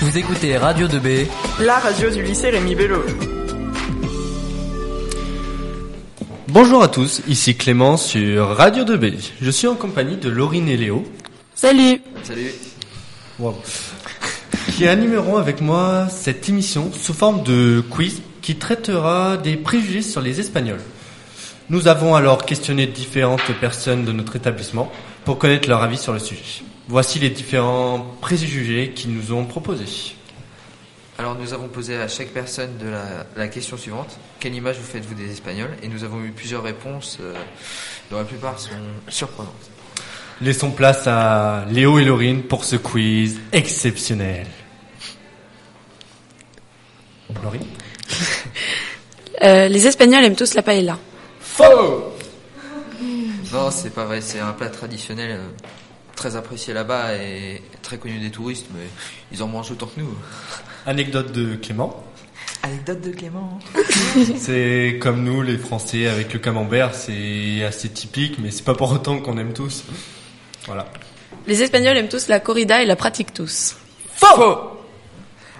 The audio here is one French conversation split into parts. Vous écoutez Radio 2B. La radio du lycée Rémi Bello. Bonjour à tous, ici Clément sur Radio 2B. Je suis en compagnie de Laurine et Léo. Salut Salut. Wow. Qui animeront avec moi cette émission sous forme de quiz qui traitera des préjugés sur les Espagnols. Nous avons alors questionné différentes personnes de notre établissement pour connaître leur avis sur le sujet. Voici les différents préjugés qu'ils nous ont proposés. Alors nous avons posé à chaque personne de la, la question suivante quelle image vous faites-vous des Espagnols Et nous avons eu plusieurs réponses, euh, dont la plupart sont surprenantes. Laissons place à Léo et Laurine pour ce quiz exceptionnel. Laurine Euh, Les Espagnols aiment tous la paella. Faux Non, c'est pas vrai, c'est un plat traditionnel euh, très apprécié là-bas et très connu des touristes, mais ils en mangent autant que nous. Anecdote de Clément. Anecdote de Clément. hein. C'est comme nous les Français avec le camembert, c'est assez typique, mais c'est pas pour autant qu'on aime tous. Voilà. Les Espagnols aiment tous la corrida et la pratiquent tous. Faux,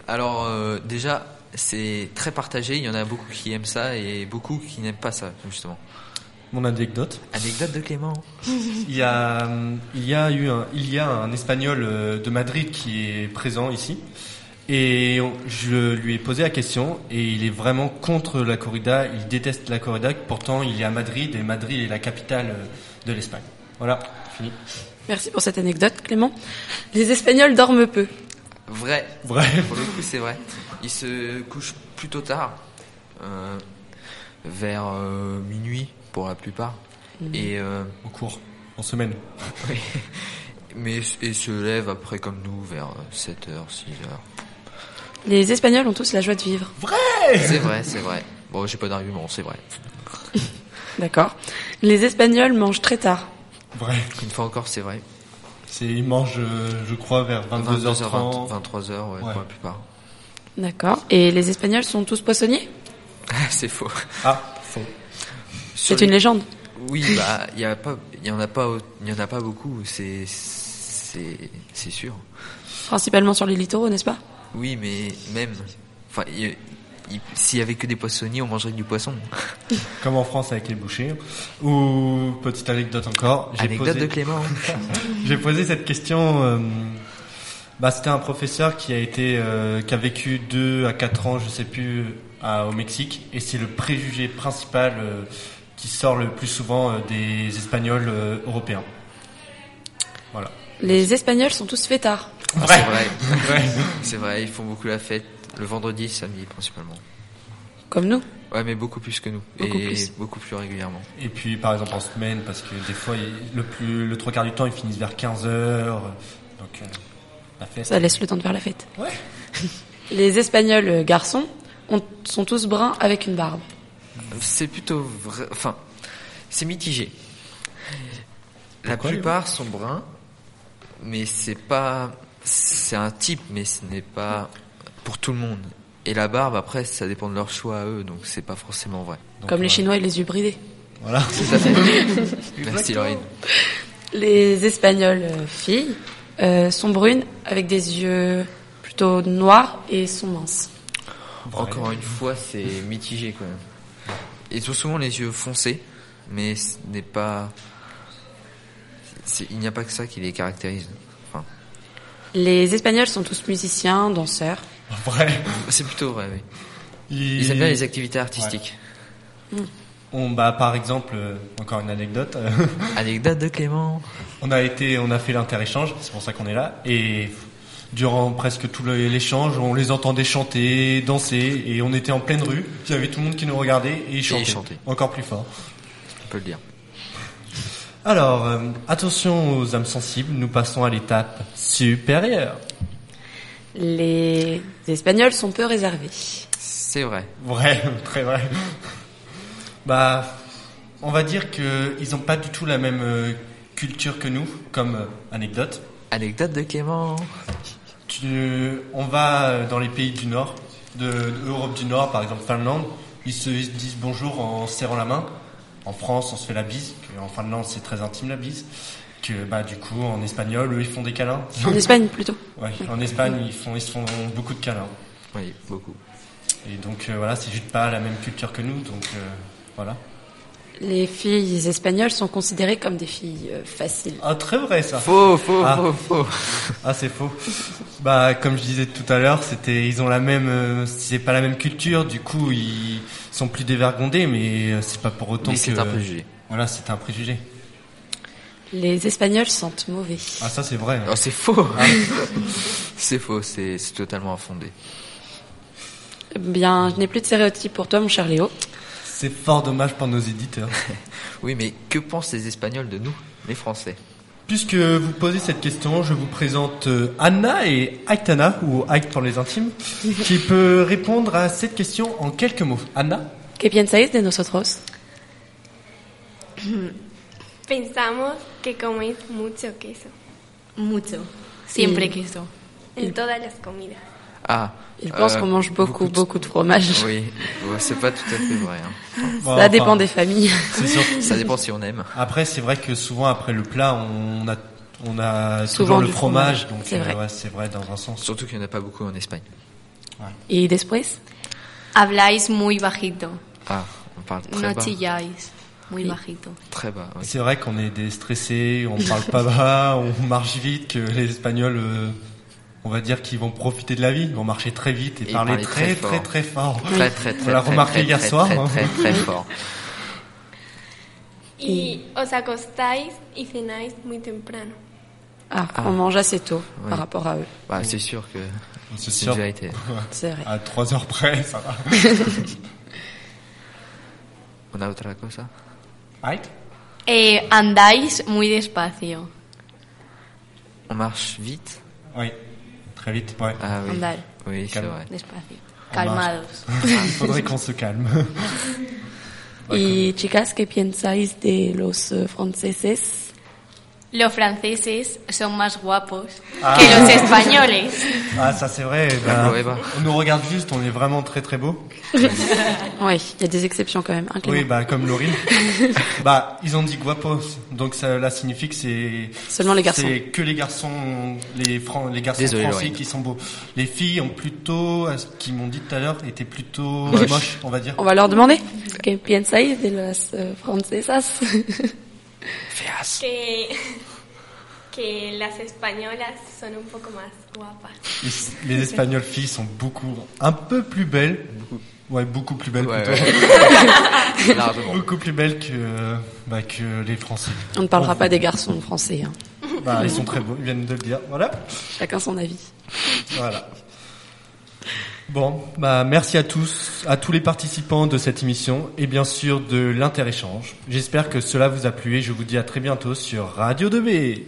Alors euh, déjà, c'est très partagé, il y en a beaucoup qui aiment ça et beaucoup qui n'aiment pas ça, justement. Mon anecdote. Anecdote de Clément. Il y a, hum, il y a eu un, il y a un Espagnol euh, de Madrid qui est présent ici. Et on- je lui ai posé la question et il est vraiment contre la corrida. Il déteste la corrida. Pourtant, il est à Madrid et Madrid est la capitale euh, de l'Espagne. Voilà, fini. Merci pour cette anecdote, Clément. Les Espagnols dorment peu. Vrai. Vrai. Pour le coup, c'est vrai. Ils se couchent plutôt tard, euh, vers euh, minuit pour la plupart. Et, euh, En cours, en semaine. mais et se lèvent après comme nous vers euh, 7h, 6h. Les Espagnols ont tous la joie de vivre. C'est vrai, c'est vrai. Bon, j'ai pas d'argument, c'est vrai. D'accord. Les Espagnols mangent très tard. Vrai. Une fois encore, c'est vrai. C'est, il mange, euh, je crois, vers 22h30. 23h, ouais, Ouais. pour la plupart. D'accord. Et les Espagnols sont tous poissonniers c'est faux. Ah, faux. Sur C'est une les- légende. Oui, bah, il y a pas, il y en a pas, au- il y en a pas beaucoup. C'est, c'est, c'est sûr. Principalement sur les littoraux, n'est-ce pas Oui, mais même. Enfin, il- il- s'il y avait que des poissonniers, on mangerait que du poisson. Comme en France avec les bouchers. Ou, petite anecdote encore. j'ai Anecdote posé- de Clément. hein. J'ai posé cette question. euh, bah, c'était un professeur qui a été, euh, qui a vécu deux à quatre ans, je sais plus, à- au Mexique, et c'est le préjugé principal euh, qui sort le plus souvent euh, des Espagnols euh, européens. Voilà. Les Espagnols sont tous fêtards. C'est vrai. Vrai. C'est vrai, ils font beaucoup la fête. Le vendredi, samedi principalement. Comme nous. Ouais, mais beaucoup plus que nous. Beaucoup et plus. beaucoup plus régulièrement. Et puis, par exemple, en semaine, parce que des fois, ils- le plus, le trois quarts du temps, ils finissent vers 15 heures. Donc, euh, la fête. Ça laisse le temps de faire la fête. Ouais. Les Espagnols euh, garçons ont- sont tous bruns avec une barbe. C'est plutôt vrai. Enfin, c'est mitigé. La Pourquoi, plupart sont bruns, mais c'est pas. C'est un type, mais ce n'est pas pour tout le monde. Et la barbe, après, ça dépend de leur choix à eux, donc c'est pas forcément vrai. Donc, Comme euh, les Chinois et les yeux bridés. Voilà. Tout à fait. Merci, Lorraine. Les Espagnols euh, filles euh, sont brunes avec des yeux plutôt noirs et sont minces. Encore une fois, c'est mitigé quand même. Ils ont souvent les yeux foncés, mais ce n'est pas. c'est- Il n'y a pas que ça qui les caractérise. Enfin, Les Espagnols sont tous musiciens, danseurs. Vrai. c'est plutôt vrai, oui. Ils aiment bien les activités artistiques. On, bah, par exemple, euh, encore une anecdote. euh, Anecdote de Clément. on a été, on a fait l'interéchange, c'est pour ça qu'on est là. Et durant presque tout le- l'échange, on les entendait chanter, danser, et on était en pleine rue. Il y avait tout le monde qui nous regardait et ils chantaient. chantaient. Encore plus fort. On peut le dire. Alors, euh, attention aux âmes sensibles. Nous passons à l'étape supérieure. Les Espagnols sont peu réservés. C'est vrai. Vrai, très vrai. Bah, on va dire que ils ont pas du tout la même euh, culture que nous, comme euh, anecdote. Anecdote de Clément. Tu- on va euh, dans les pays du Nord, de, de Europe du Nord, par exemple Finlande, ils se disent bonjour en serrant la main. En France, on se fait la bise. que En Finlande, c'est très intime la bise. que bah du coup en espagnol eux ils font des câlins. En Espagne plutôt. Ouais, en Espagne ils font ils se font beaucoup de câlins. Oui, beaucoup. Et donc euh, voilà, c'est juste pas la même culture que nous, donc euh, voilà. Les filles espagnoles sont considérées comme des filles euh, faciles. Ah très vrai ça. Faux, faux, Ah. faux, faux. Ah c'est faux. bah comme je disais tout à l'heure, c'était ils ont la même euh, c'est pas la même culture, du coup ils sont plus dévergondés mais euh, c'est pas pour autant Mais que c'est un préjugé. Voilà, c'est un préjugé. Les espagnols sentent mauvais. Ah ça c'est vrai. Oh, c'est faux. c'est faux, c'est c'est totalement infondé. Eh Bien, je n'ai plus de stéréotypes pour toi, mon cher Léo. C'est fort dommage pour nos éditeurs. Oui, mais que pensent les Espagnols de nous, les Français Puisque vous posez cette question, je vous présente euh, Anna et Aitana, ou Ait pour les intimes, qui peut répondre à cette question en quelques mots. Anna Que pensáis de nosotros? Pensamos que coméis mucho queso Mucho. Siempre Sí. queso. en todas las comidas. Ah. Ils pensent euh, qu'on mange beaucoup, de- beaucoup de, fromage. Oui, ouais, c'est pas tout à fait vrai. hein. Bon, Ça enfin, dépend des familles. c'est sûr. Ça dépend si on aime. Après, c'est vrai que souvent, après le plat, on a, on a Souvent toujours le du fromage, fromage, donc c'est euh, vrai. ouais, c'est vrai dans un sens. Surtout qu'il n'y en a pas beaucoup en Espagne. Et después? Habláis muy bajito. Ah, on parle très No bas. chilláis. Muy Sí. bajito. Très bas. oui. C'est vrai qu'on est des stressés, on parle pas bas, on marche vite, que les Espagnols, euh, on va dire qu'ils vont profiter de la vie, ils vont marcher très vite et, Et parler parler très très très fort. très fort. Très, très, très. On l'a très, remarqué très, hier très, soir, Très, hein. très, très fort. Y os acostáis y cenáis muy temprano. Ah, on mange assez tôt Oui. par rapport à eux. Bah, c'est sûr que C'est c'est une sûr, vérité. C'est vrai. à trois heures près, ça va. On a autre cosa Right Eh, andáis muy despacio. On marche vite Oui, très vite, ouais. Ah oui. Andar. Oui, c'est Calme. vrai. Despacio. Ah, Calmados. Il faudrait qu'on se calme. Y chicas, que pensáis de los eh, franceses? Los franceses son más guapos Ah. que los españoles. Ah, ça c'est vrai. La bah, Gloreba. on nous regarde juste, on est vraiment très très beau. Oui, il y a des exceptions quand même. hein, Clément Oui, bah comme Laurie. bah ils ont dit guapos, donc ça là signifie que c'est Seulement les garçons. C'est que les garçons, les francs, les garçons Désolé, français Laurine. qui sont beaux. Les filles ont plutôt, à ce qu'ils m'ont dit tout à l'heure, étaient plutôt Moche. moches, on va dire. On va leur demander. Que pensáis de las eh, francesas? Féas. Que, que las españolas son un poco más guapas. Les, les Espagnols filles sont beaucoup, un peu plus belles. Ouais, beaucoup plus belles Ouais, plutôt. ouais. Largement. Beaucoup plus belles que, euh, bah, que les Français. On ne parlera Oh. pas des garçons français. hein. Bah, ils sont très beaux, ils viennent de le dire. Voilà. Chacun son avis. Voilà. Bon, bah merci à tous, à tous les participants de cette émission et bien sûr de l'interéchange. J'espère que cela vous a plu et je vous dis à très bientôt sur Radio 2B.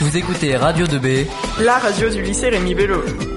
Vous écoutez Radio 2B La radio du lycée Rémi Bello.